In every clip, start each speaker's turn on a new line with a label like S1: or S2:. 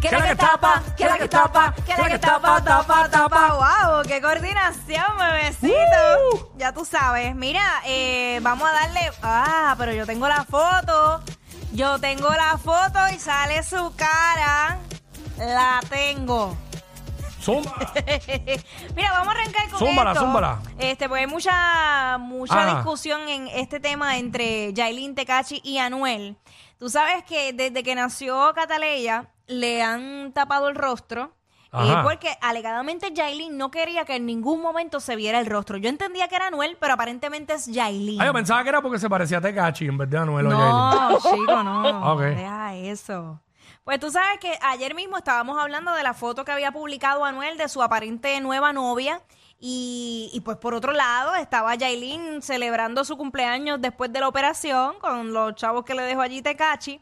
S1: ¿Qué es la que tapa? ¿Qué es la que tapa? ¿Qué es la que tapa? Tapa, tapa.
S2: ¡Wow! ¡Qué coordinación, bebecito!
S1: Uh.
S2: Ya tú sabes. Mira, eh, vamos a darle. Ah, pero yo tengo la foto. Yo tengo la foto y sale su cara. La tengo.
S1: Zumba.
S2: Mira, vamos a arrancar con
S1: Zúmbala,
S2: esto.
S1: zúmbala. Ah.
S2: Este, pues hay mucha, mucha
S1: Ajá.
S2: discusión en este tema entre Yailin Tecachi y Anuel. Tú sabes que desde que nació Cataleya le han tapado el rostro. eh,
S1: Ajá.
S2: porque alegadamente Yailin no quería que en ningún momento se viera el rostro. Yo entendía que era Anuel, pero aparentemente es Yailin.
S1: Ah, yo pensaba que era porque se parecía a Tecachi en vez de Anuel o Yailin.
S2: No, chico, no.
S1: Ok.
S2: Deja eso. Pues tú sabes que ayer mismo estábamos hablando de la foto que había publicado Anuel de su aparente nueva novia. Y, y, pues por otro lado estaba Yailin celebrando su cumpleaños después de la operación con los chavos que le dejó allí Tecachi.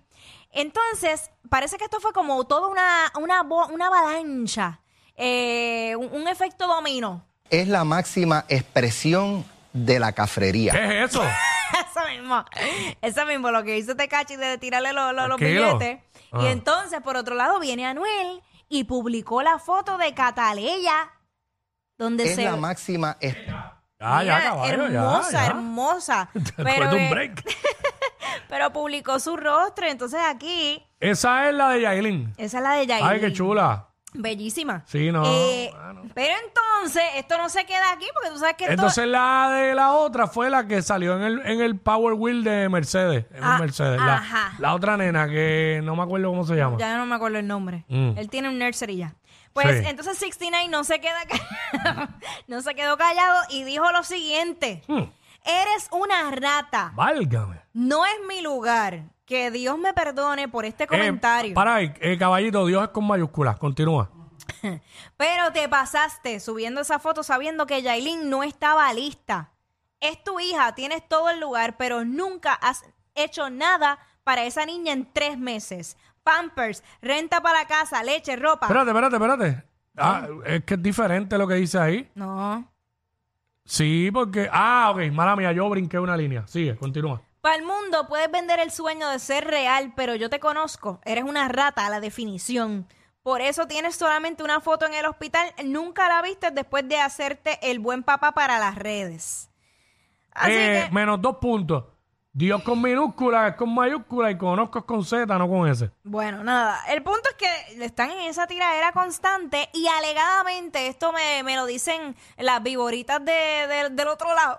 S2: Entonces, parece que esto fue como toda una, una, bo- una avalancha, eh, un- un efecto dominó.
S3: es la máxima expresión de la cafrería.
S1: ¿Qué es eso?
S2: Eso mismo. Eso mismo, lo que hizo Tecachi de tirarle lo- lo- los
S1: Tranquilo.
S2: billetes. Y
S1: Ah.
S2: entonces, por otro lado, viene Anuel y publicó la foto de Cataleya, donde
S3: Es
S2: se
S3: la máxima expresión.
S1: Ya, Ah, ya,
S2: mira,
S1: caballo, ya,
S2: hermosa,
S1: ya.
S2: hermosa.
S1: Después
S2: Pero,
S1: de un
S2: eh,
S1: break.
S2: pero publicó su rostro. Entonces aquí,
S1: Esa es la de Yailin.
S2: esa es la de Yailin.
S1: Ay, qué chula.
S2: Bellísima.
S1: Sí, no,
S2: Eh,
S1: mano.
S2: Pero entonces, esto no se queda aquí porque tú sabes que esto-
S1: Entonces la de la otra fue la que salió en el, en el Power Wheel de Mercedes. En un
S2: Ah,
S1: Mercedes. La,
S2: ajá.
S1: la otra nena que no me acuerdo cómo se llama.
S2: Ya no me acuerdo el nombre.
S1: Mm.
S2: Él tiene un nursery ya. Pues
S1: Sí.
S2: entonces 69 no se queda callado, no se quedó callado y dijo lo siguiente: Eres una rata.
S1: Hmm, Válgame.
S2: No es mi lugar. Que Dios me perdone por este
S1: Eh,
S2: comentario.
S1: para ahí, eh, caballito, Dios es con mayúsculas. Continúa.
S2: Pero te pasaste subiendo esa foto sabiendo que Yailin no estaba lista. Es tu hija, tienes todo el lugar, pero nunca has hecho nada para esa niña en tres meses. Pampers, renta para casa, leche, ropa.
S1: Espérate, espérate, espérate. Ah, es que es diferente lo que dice ahí.
S2: no.
S1: Sí, porque. Ah, ok, mala mía, yo brinqué una línea. Sigue, continúa.
S2: Para el mundo puedes vender el sueño de ser real, pero yo te conozco. Eres una rata a la definición. Por eso tienes solamente una foto en el hospital. Nunca la viste después de hacerte el buen papá para las redes. Así
S1: Eh,
S2: que,
S1: Menos dos puntos. Dios con minúscula, es con mayúscula y conozco es con Z, no con S.
S2: bueno, nada. El punto es que están en esa tiradera constante y alegadamente, esto me, me lo dicen las viboritas de- de- del otro lado.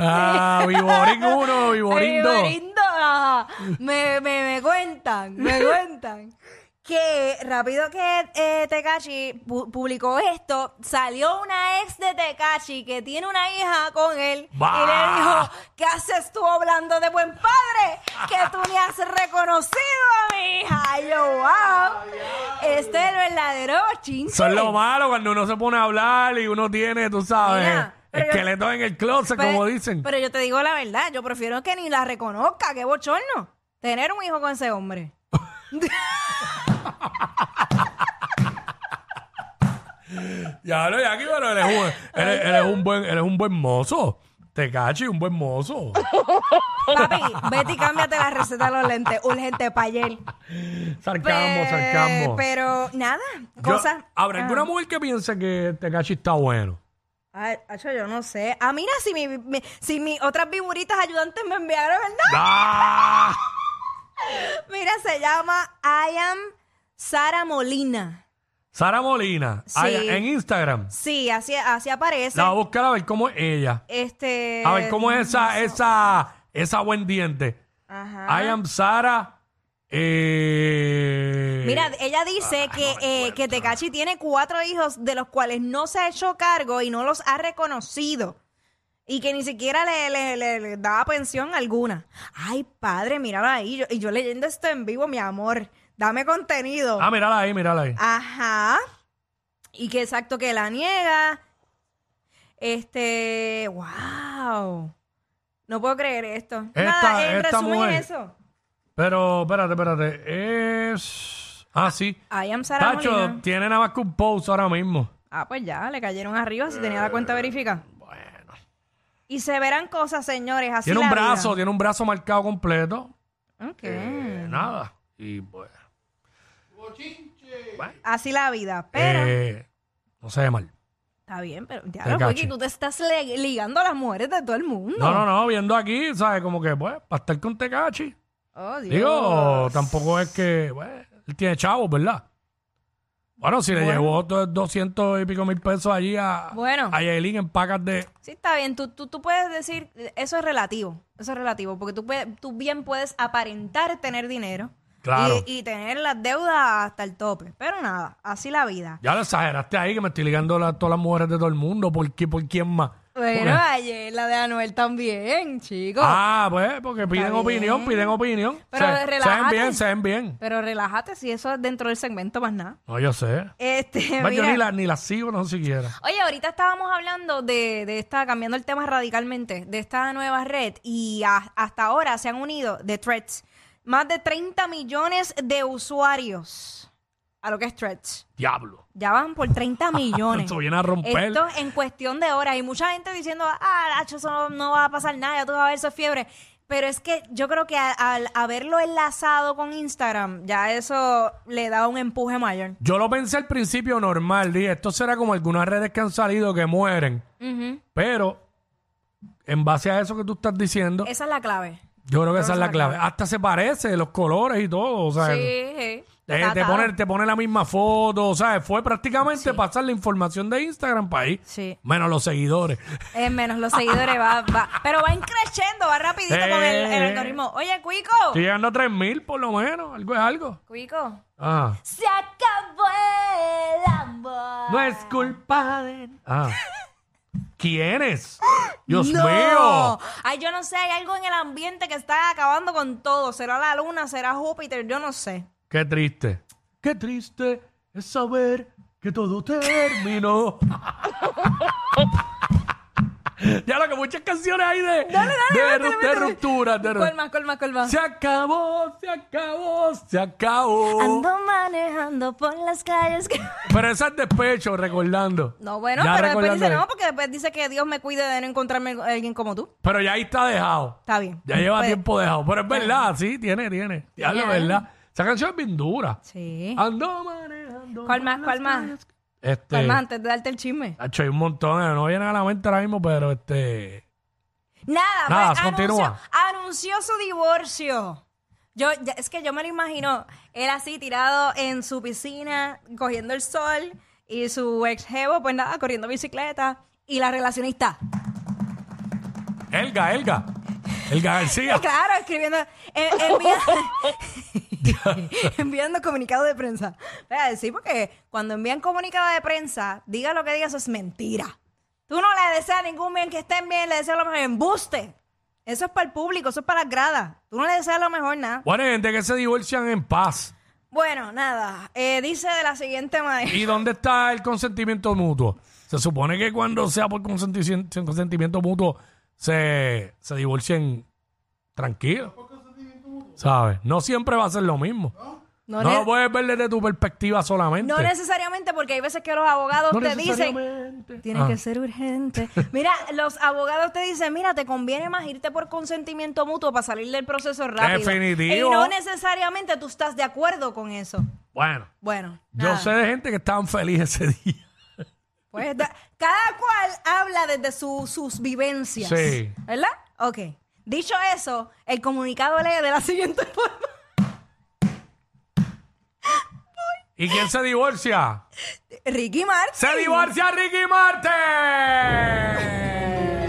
S1: Ah, Viborín 1, Viborín 2.
S2: Viborín dos, ajá. Me, me, me cuentan, me cuentan. Que rápido que eh, Tekashi pu- publicó esto, salió una ex de Tekashi que tiene una hija con él y
S1: Bah.
S2: le dijo, ¿qué haces tú hablando de buen padre? Que tú me has reconocido a mi hija. Y yo, wow, este es el verdadero chinche.
S1: Eso es lo malo cuando uno se pone a hablar y uno tiene, tú sabes,
S2: Mira, pero pues, yo-
S1: esqueletos en el closet,
S2: Pero-
S1: como dicen.
S2: Pero yo te digo la verdad, yo prefiero que ni la reconozca, qué bochorno. Tener un hijo con ese hombre.
S1: Ya lo Jackie, pero eres un, eres, eres un buen, eres un buen mozo. Te cachi, un buen mozo.
S2: Papi, vete y cámbiate la receta de los lentes. Urgente para ayer.
S1: Sarcasmo,
S2: Pe-
S1: sarcasmo.
S2: Pero nada,
S1: Yo-
S2: cosas. Pues,
S1: ¿Habrá
S2: Ah.
S1: alguna mujer que piense que Tecachi está bueno?
S2: Ay, acho, yo no sé. Ah, mira, si mi, mi- si mis otras viburitas ayudantes me enviaron, ¿verdad?
S1: ¡Ah!
S2: Mira, se llama I am Sara Molina.
S1: Sara Molina,
S2: Sí.
S1: ay, en Instagram.
S2: Sí, así, así aparece.
S1: La voy a buscar a ver cómo es ella.
S2: Este.
S1: A ver cómo es esa, esa, esa buen diente.
S2: Ajá.
S1: I am Sara. eh,
S2: Mira, ella dice
S1: Ah,
S2: que, eh, que Tecachi tiene cuatro hijos de los cuales no se ha hecho cargo y no los ha reconocido. Y que ni siquiera le, le- le- le daba pensión alguna. Ay, padre, míralo ahí. Yo- y yo leyendo esto en vivo, mi amor. Dame contenido.
S1: Ah, mírala ahí, mírala ahí.
S2: Ajá. Y que exacto que la niega. Este, wow. No puedo creer esto.
S1: Esta-
S2: Nada, en
S1: esta
S2: resumen
S1: mujer.
S2: eso.
S1: Pero, espérate, espérate. Es. Ah, sí.
S2: I am Sara
S1: Tacho,
S2: Molina.
S1: tiene nada más que un post ahora mismo.
S2: Ah, pues ya, le cayeron arriba si tenía la cuenta verificada. Bueno. Y se verán cosas, señores, así
S1: Tiene un
S2: la vida.
S1: brazo, tiene un brazo marcado completo.
S2: Ok.
S1: Eh, nada. Y pues.
S2: Así la vida, pero...
S1: eh, no se ve mal.
S2: Está bien, pero... Ya,
S1: Te cacho.
S2: tú te estás le- ligando a las mujeres de todo el mundo.
S1: No, no, no, viendo aquí, ¿sabes? Como que, pues, para estar con Tecachi.
S2: Oh, Dios.
S1: Digo, tampoco es que, bueno, él tiene chavos, ¿verdad? Bueno, si le llevó do- 200 y pico mil pesos allí a,
S2: Bueno.
S1: a Yailin en pacas de...
S2: Sí, está bien. Tú, tú, tú puedes decir, eso es relativo. Eso es relativo, porque tú, puedes- tú bien puedes aparentar tener dinero
S1: Claro.
S2: y, y tener las deudas hasta el tope. Pero nada, así la vida.
S1: Ya lo exageraste ahí, que me estoy ligando a todas las mujeres de todo el mundo. ¿Por, qué, por quién más?
S2: Pero
S1: Porque-
S2: ayer la de Anuel también, chicos.
S1: ah, pues, porque piden
S2: Está
S1: opinión,
S2: bien.
S1: piden opinión.
S2: Pero
S1: se, se ven
S2: relájate.
S1: bien, se ven bien.
S2: Pero relájate, si eso es dentro del segmento más nada.
S1: No, yo sé.
S2: Este,
S1: Más, yo
S2: mira.
S1: ni la, ni la sigo, no siquiera.
S2: Oye, ahorita estábamos hablando de, de esta, cambiando el tema radicalmente, de esta nueva red y a- hasta ahora se han unido de Threads más de 30 millones de usuarios a lo que es Threads.
S1: Diablo.
S2: Ya van por 30 millones.
S1: Esto viene a romper.
S2: Esto en cuestión de horas. Y mucha gente diciendo, ah, Nacho, eso no, no va a pasar nada, ya tú vas a ver, eso es fiebre. Pero es que yo creo que a- al haberlo enlazado con Instagram, ya eso le da un empuje mayor.
S1: Yo lo pensé al principio normal, dije, esto será como algunas redes que han salido que mueren. Pero, en base a eso que tú estás diciendo,
S2: Esa es la clave.
S1: yo creo que esa es la clave. Hasta se parece, los colores y todo, o sea, eh,
S2: sí. Está
S1: te,
S2: atado.
S1: pone, te pone la misma foto, o sea, fue prácticamente pasar la información de Instagram para ahí,
S2: Sí.
S1: menos los seguidores.
S2: Eh, menos los seguidores va, va. Pero va creciendo, va rapidito con el, el
S1: Eh.
S2: algoritmo. Oye, Cuico.
S1: Estoy llegando a 3.000 por lo menos, algo es algo.
S2: Cuico.
S1: Ah.
S2: Se acabó el amor.
S1: No es culpa de... Ah. ¿Quiénes? Dios
S2: No.
S1: mío.
S2: Ay, yo no sé, hay algo en el ambiente que está acabando con todo. ¿Será la luna? ¿Será Júpiter? Yo no sé.
S1: Qué triste. Qué triste es saber que todo terminó. ya lo que muchas canciones hay de, de, ru- de ruptura. de ru-
S2: Colma, más, colma, colma.
S1: se acabó, se acabó, se acabó.
S2: Ando manejando por las calles. que-
S1: Pero esa es despecho, recordando.
S2: No, bueno,
S1: Ya
S2: pero después dice
S1: recordando.
S2: no, porque después dice que Dios me cuide de no encontrarme a alguien como tú.
S1: Pero ya ahí está dejado.
S2: Está bien.
S1: Ya lleva
S2: Pues-
S1: tiempo dejado. Pero es verdad, sí, tiene, tiene. Ya es verdad. Esa canción es bien dura.
S2: Sí.
S1: Ando manejando.
S2: ¿Cuál más,
S1: por
S2: cuál
S1: las
S2: más?
S1: calles. Este.
S2: Calma, antes de darte el chisme.
S1: Hacho, hay un montón, eh, no vienen a la mente ahora mismo, pero este.
S2: Nada,
S1: Nada,
S2: pues,
S1: continúa.
S2: Anunció, anunció su divorcio. Yo, ya- es que yo me lo imagino, él así tirado en su piscina, cogiendo el sol, y su ex jevo, pues nada, corriendo bicicleta, y la relacionista.
S1: Elga, Elga. Elga García.
S2: Claro, escribiendo, eh, envía- enviando comunicado de prensa. Voy a decir, porque cuando envían comunicado de prensa, diga lo que diga, eso es mentira. Tú no le deseas a ningún bien que estén bien, le deseas lo mejor, embuste. Eso es para el público, eso es para las gradas. Tú no le deseas lo mejor, nada.
S1: Bueno, hay gente que se divorcian en paz.
S2: Bueno, nada, eh, dice de la siguiente manera.
S1: ¿Y dónde está el consentimiento mutuo? Se supone que cuando sea por consenti- consentimiento mutuo se, se divorcien tranquilos. ¿Sabes? No siempre va a ser lo mismo. No,
S2: No, ne-
S1: lo puedes ver desde tu perspectiva solamente.
S2: no necesariamente, porque hay veces que los abogados
S1: No
S2: te dicen,
S1: necesariamente. urgente.
S2: Tiene
S1: Ah.
S2: que ser urgente. Mira, los abogados te dicen, mira, te conviene más irte por consentimiento mutuo para salir del proceso rápido.
S1: Definitivo.
S2: Y no necesariamente tú estás de acuerdo con eso.
S1: Bueno,
S2: Bueno,
S1: yo
S2: nada.
S1: sé de gente que estaban felices ese día.
S2: Pues da- cada cual habla desde su- sus vivencias.
S1: Sí.
S2: ¿Verdad? Ok. Dicho eso, el comunicado lee de la siguiente forma.
S1: ¿Y quién se divorcia?
S2: Ricky Martin.
S1: ¡Se divorcia Ricky Martin!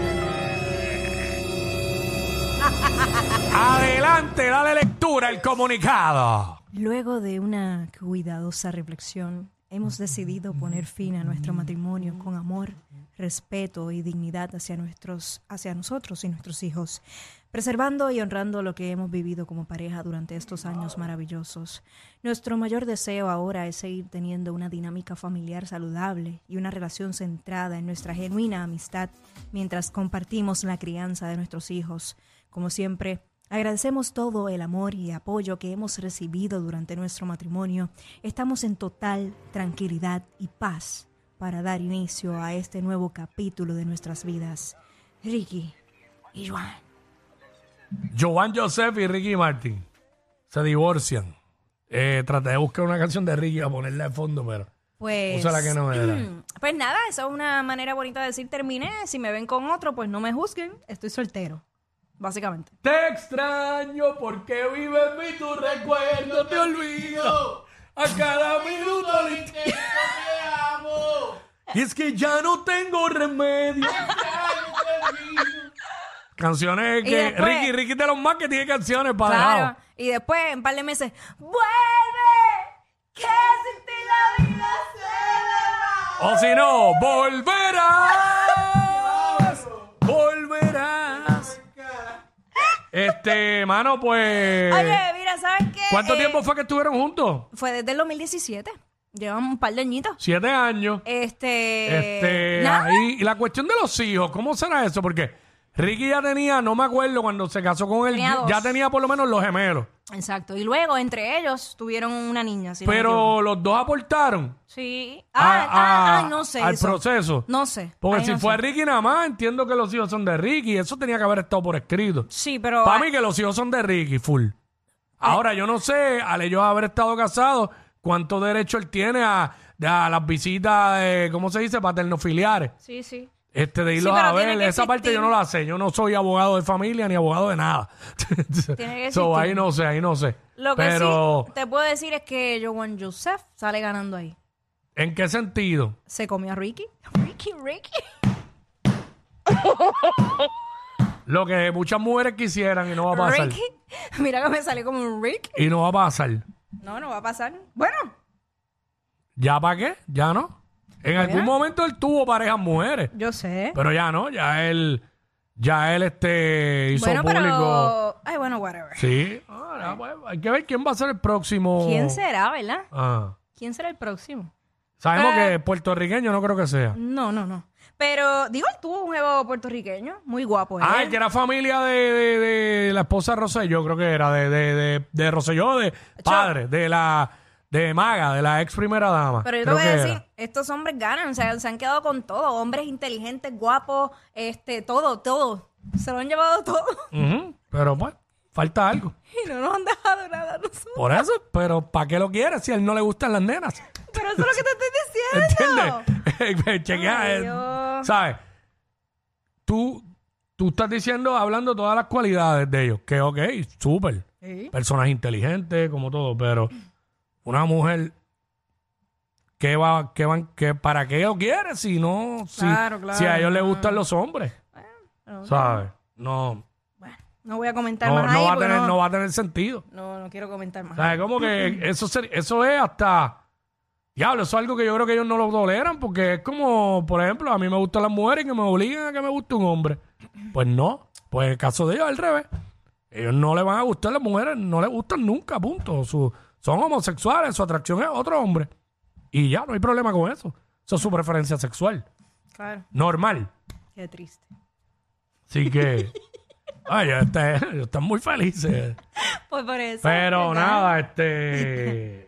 S1: Adelante, dale lectura el comunicado.
S2: Luego de una cuidadosa reflexión, hemos decidido poner fin a nuestro matrimonio con amor, respeto y dignidad hacia, nuestros, hacia nosotros y nuestros hijos, preservando y honrando lo que hemos vivido como pareja durante estos años maravillosos. Nuestro mayor deseo ahora es seguir teniendo una dinámica familiar saludable y una relación centrada en nuestra genuina amistad mientras compartimos la crianza de nuestros hijos. Como siempre, Agradecemos todo el amor y apoyo que hemos recibido durante nuestro matrimonio. Estamos en total tranquilidad y paz para dar inicio a este nuevo capítulo de nuestras vidas. Ricky y Juan.
S1: Joan Joseph y Ricky Martin se divorcian. Eh, traté de buscar una canción de Ricky a ponerla de fondo, pero
S2: Pues,
S1: usa la que no era.
S2: pues nada, esa es una manera bonita de decir terminé. Si me ven con otro, pues no me juzguen. Estoy soltero, básicamente.
S1: Te extraño porque vive en mí tu recuerdo, te olvido. A cada minuto lo intento, te amo. Y es que ya no tengo remedio. Canciones
S2: Y
S1: que
S2: después-
S1: Ricky, Ricky es de los más que tiene canciones para
S2: Claro. Y después, en par de meses, ¡vuelve! ¡Que sin ti la vida se me va!
S1: O si no, volverás. Volverás. Este, mano, pues.
S2: Oye, mira, ¿sabes qué?
S1: ¿Cuánto
S2: Eh,
S1: tiempo fue que estuvieron juntos?
S2: Fue desde el 2017. Llevan un par de añitos.
S1: Siete años.
S2: Este.
S1: Este,
S2: nada.
S1: ahí- y la cuestión de los hijos, ¿cómo será eso? Porque Ricky ya tenía, no me acuerdo cuando se casó con él,
S2: Tenía dos.
S1: ya tenía por lo menos los gemelos.
S2: Exacto. Y luego, entre ellos, tuvieron una niña. si no me equivoco.
S1: Pero los dos aportaron
S2: Sí.
S1: a-
S2: Ah, ah,
S1: a-
S2: ah, no sé.
S1: al
S2: eso.
S1: proceso.
S2: No sé.
S1: Porque
S2: Ahí
S1: si
S2: no
S1: fue
S2: sé.
S1: Ricky nada más, entiendo que los hijos son de Ricky. Eso tenía que haber estado por escrito.
S2: Sí, pero.
S1: Para mí que los hijos son de Ricky, full. Ahora, yo no sé, al ellos haber estado casados, cuánto derecho él tiene a, a las visitas, de, ¿cómo se dice? Paterno-filiares.
S2: Sí, sí.
S1: Este, de irlos
S2: pero
S1: a
S2: tiene
S1: ver,
S2: que
S1: esa parte yo
S2: existir.
S1: no la sé. Yo no soy abogado de familia ni abogado de nada.
S2: que
S1: so,
S2: existir.
S1: ahí no sé, ahí no sé.
S2: Lo que
S1: Pero,
S2: sí te puedo decir es que Joan Joseph sale ganando ahí.
S1: ¿en qué sentido?
S2: Se comió a Ricky. Ricky, Ricky.
S1: Lo que muchas mujeres quisieran y no va a pasar.
S2: Ricky. Mira que me salió como un Ricky.
S1: Y no va a pasar.
S2: No, no va a pasar. Bueno,
S1: ¿Ya para qué? ¿Ya no?
S2: Pues
S1: En algún momento él tuvo parejas mujeres,
S2: yo sé.
S1: pero ya no, ya él, ya él este, hizo
S2: bueno,
S1: público.
S2: pero. Ay, bueno, whatever.
S1: Sí, Ahora, pues, hay que ver quién va a ser el próximo.
S2: ¿Quién será, verdad?
S1: Ah.
S2: ¿Quién será el próximo?
S1: Sabemos
S2: Eh.
S1: que puertorriqueño no creo que sea.
S2: No, no, no. Pero, digo, él tuvo un jevo puertorriqueño, muy guapo. ¿eh?
S1: Ah, el que era familia de, de- de la esposa de Rosselló, creo que era, de, de, de, de Rosselló, de padre, de la de Maga, de la ex primera dama.
S2: Pero yo te
S1: creo
S2: voy a
S1: que
S2: decir,
S1: era.
S2: estos hombres ganan, o sea, se han quedado con todo. Hombres inteligentes, guapos, este, todo, todo. Se lo han llevado todo
S1: Ujú, pero bueno, falta algo.
S2: y no nos han dejado nada a nosotros.
S1: Por eso, pero ¿para qué lo quieres si a él no le gustan las nenas?
S2: Pero eso es lo que te estoy diciendo.
S1: ¿Entiendes? Chequea,
S2: Ay,
S1: eh,
S2: Dios.
S1: ¿sabes? Tú, tú estás diciendo, hablando todas las cualidades de ellos, que ok, súper.
S2: Sí.
S1: personas inteligentes, como todo, pero una mujer que va, que van, que para qué lo quiere si no, si,
S2: Claro, claro.
S1: si a ellos les gustan los hombres,
S2: no,
S1: ¿sabes? No,
S2: Bueno, no voy a comentar
S1: no,
S2: más
S1: no
S2: ahí
S1: va a
S2: porque
S1: tener,
S2: no,
S1: no va a tener sentido.
S2: no, no quiero comentar más.
S1: ¿Sabes? Como que eso ser- eso es hasta diablo, eso es algo que yo creo que ellos no lo toleran, porque es como, por ejemplo, a mí me gustan las mujeres y que me obliguen a que me guste un hombre. Pues no, pues en el caso de ellos es al revés. Ellos no le van a gustar las mujeres, no les gustan nunca, punto. Su- son homosexuales, su atracción es otro hombre. Y ya, no hay problema con eso. Eso es su preferencia sexual,
S2: Claro,
S1: normal.
S2: qué triste.
S1: Así que, ay, ellos están- ellos están muy felices.
S2: Pues por eso.
S1: Pero
S2: ¿verdad?
S1: nada, este.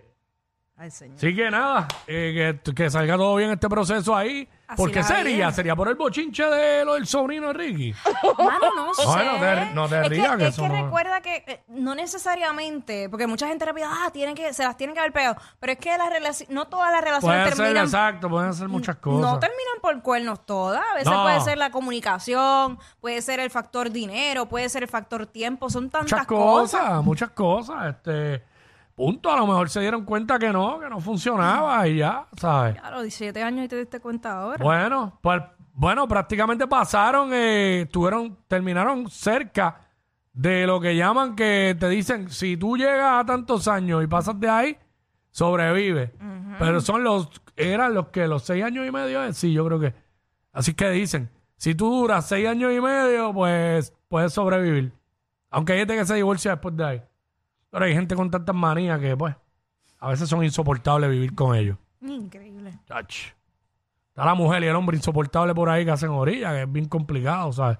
S2: Ay, señor.
S1: Así que nada, eh, que, que salga todo bien este proceso ahí.
S2: Así
S1: ¿Por qué
S2: la
S1: sería?
S2: bien.
S1: ¿Sería por el bochinche de lo del sobrino de Ricky?
S2: Oh, Mano, no sé.
S1: No, no te- no te
S2: es
S1: rías,
S2: Que,
S1: que
S2: es
S1: eso
S2: que
S1: no-
S2: recuerda que eh, no necesariamente, porque mucha gente rápida, ah, tienen que, se las tienen que haber pegado. Pero es que las relaci- no todas las relaciones
S1: Pueden ser,
S2: terminan.
S1: exacto, pueden hacer muchas cosas.
S2: No terminan por cuernos todas. A veces
S1: No.
S2: puede ser la comunicación, puede ser el factor dinero, puede ser el factor tiempo. Son tantas
S1: muchas
S2: cosas.
S1: cosas, muchas cosas. Este punto, a lo mejor se dieron cuenta que no, que no funcionaba y ya, ¿sabes?
S2: A los 17 años y te diste cuenta ahora.
S1: Bueno, pues, bueno, prácticamente pasaron, eh, tuvieron, terminaron cerca de lo que llaman que te dicen, si tú llegas a tantos años y pasas de ahí, sobrevive. Pero son los, eran los que los seis años y medio, eh, sí, yo creo que. Así que dicen, si tú duras seis años y medio, pues puedes sobrevivir. Aunque hay gente que se divorcia después de ahí. Pero hay gente con tantas manías que, pues, a veces son insoportables vivir con ellos.
S2: Increíble.
S1: Chach. Está la mujer y el hombre insoportable por ahí que hacen orilla, que es bien complicado, ¿sabes?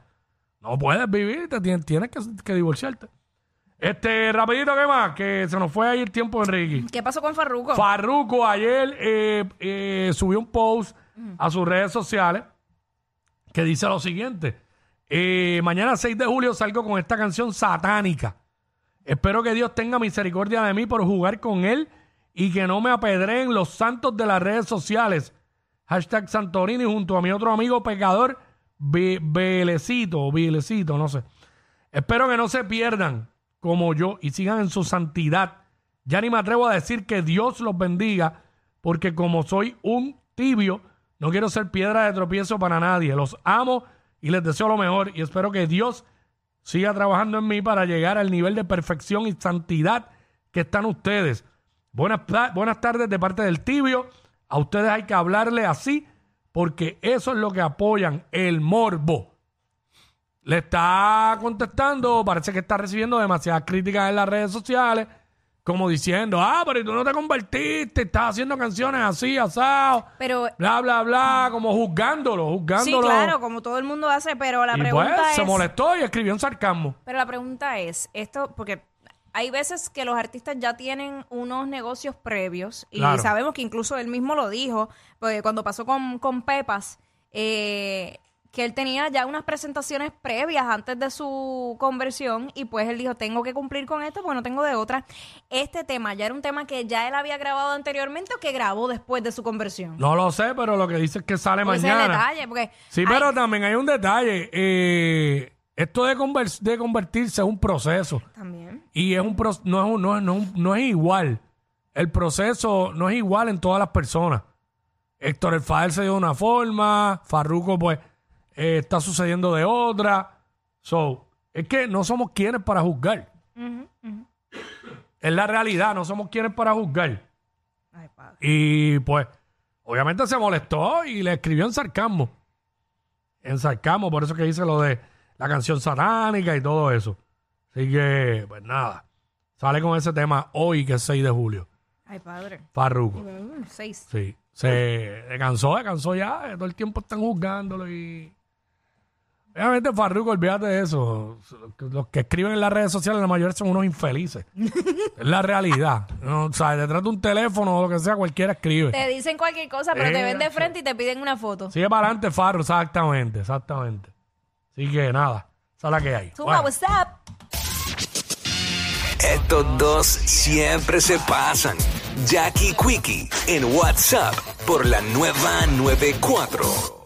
S1: No puedes vivir, te tien- tienes, que, que divorciarte. Este, rapidito, ¿qué más? Que se nos fue ahí el tiempo, Enrique.
S2: ¿Qué pasó con Farruko?
S1: Farruko ayer eh, eh, subió un post a sus redes sociales que dice lo siguiente. eh, mañana 6 de julio salgo con esta canción satánica. Espero que Dios tenga misericordia de mí por jugar con él y que no me apedreen los santos de las redes sociales. Hashtag Santorini junto a mi otro amigo pecador, Be- Belecito, Belecito, no sé. Espero que no se pierdan como yo y sigan en su santidad. Ya ni me atrevo a decir que Dios los bendiga, porque como soy un tibio, no quiero ser piedra de tropiezo para nadie. Los amo y les deseo lo mejor y espero que Dios siga trabajando en mí para llegar al nivel de perfección y santidad que están ustedes. Buenas, pla- buenas tardes de parte del tibio. A ustedes hay que hablarle así porque eso es lo que apoyan, el morbo le está contestando, parece que está recibiendo demasiadas críticas en las redes sociales, como diciendo, ah, pero ¿y tú no te convertiste, estás haciendo canciones así, asado,
S2: Pero
S1: bla, bla, bla, como juzgándolo,
S2: sí,
S1: juzgándolo.
S2: claro, como todo el mundo hace, pero la
S1: y
S2: pregunta
S1: pues,
S2: es.
S1: se molestó y escribió un sarcasmo.
S2: Pero la pregunta es, esto, porque hay veces que los artistas ya tienen unos negocios previos y
S1: Claro.
S2: sabemos que incluso él mismo lo dijo, pues, cuando pasó con, con Pepas, eh, que él tenía ya unas presentaciones previas antes de su conversión y pues él dijo, tengo que cumplir con esto porque no tengo de otra. Este tema ya era un tema que ya él había grabado anteriormente o que grabó después de su conversión.
S1: No lo sé, pero lo que dice es que sale
S2: Porque ese es el
S1: mañana.
S2: detalle, porque
S1: Sí,
S2: hay-
S1: pero también hay un detalle. eh, esto de, conver- de convertirse es un proceso.
S2: También.
S1: Y es un pro- no, es un- no, es- no es un- no es igual. El proceso no es igual en todas las personas. Héctor El Fader se dio de una forma, Farruco pues eh, está sucediendo de otra. So, es que no somos quienes para juzgar. Es la realidad, no somos quienes para juzgar.
S2: Ay, padre.
S1: Y pues, obviamente se molestó y le escribió en sarcasmo. En sarcasmo, por eso que dice lo de la canción satánica y todo eso. Así que, pues nada. Sale con ese tema hoy, que es 6 de julio.
S2: Ay, padre.
S1: Farruko.
S2: Mm, seis.
S1: Sí. Se, se cansó, se cansó ya. eh, Todo el tiempo están juzgándolo y. Obviamente, Farruko, olvídate de eso. Los que escriben en las redes sociales, la mayoría son unos infelices. es la realidad. No, o sea, detrás de un teléfono o lo que sea, cualquiera escribe.
S2: Te dicen cualquier cosa, pero te ven de
S1: Exacto.
S2: frente y te piden una foto.
S1: Sigue para adelante, Farro, exactamente, exactamente. Así que nada, esa es la que hay.
S2: Zumba,
S1: Bueno,
S2: what's up?
S4: Estos dos siempre se pasan. Jackie Quickie en WhatsApp por la nueva 94.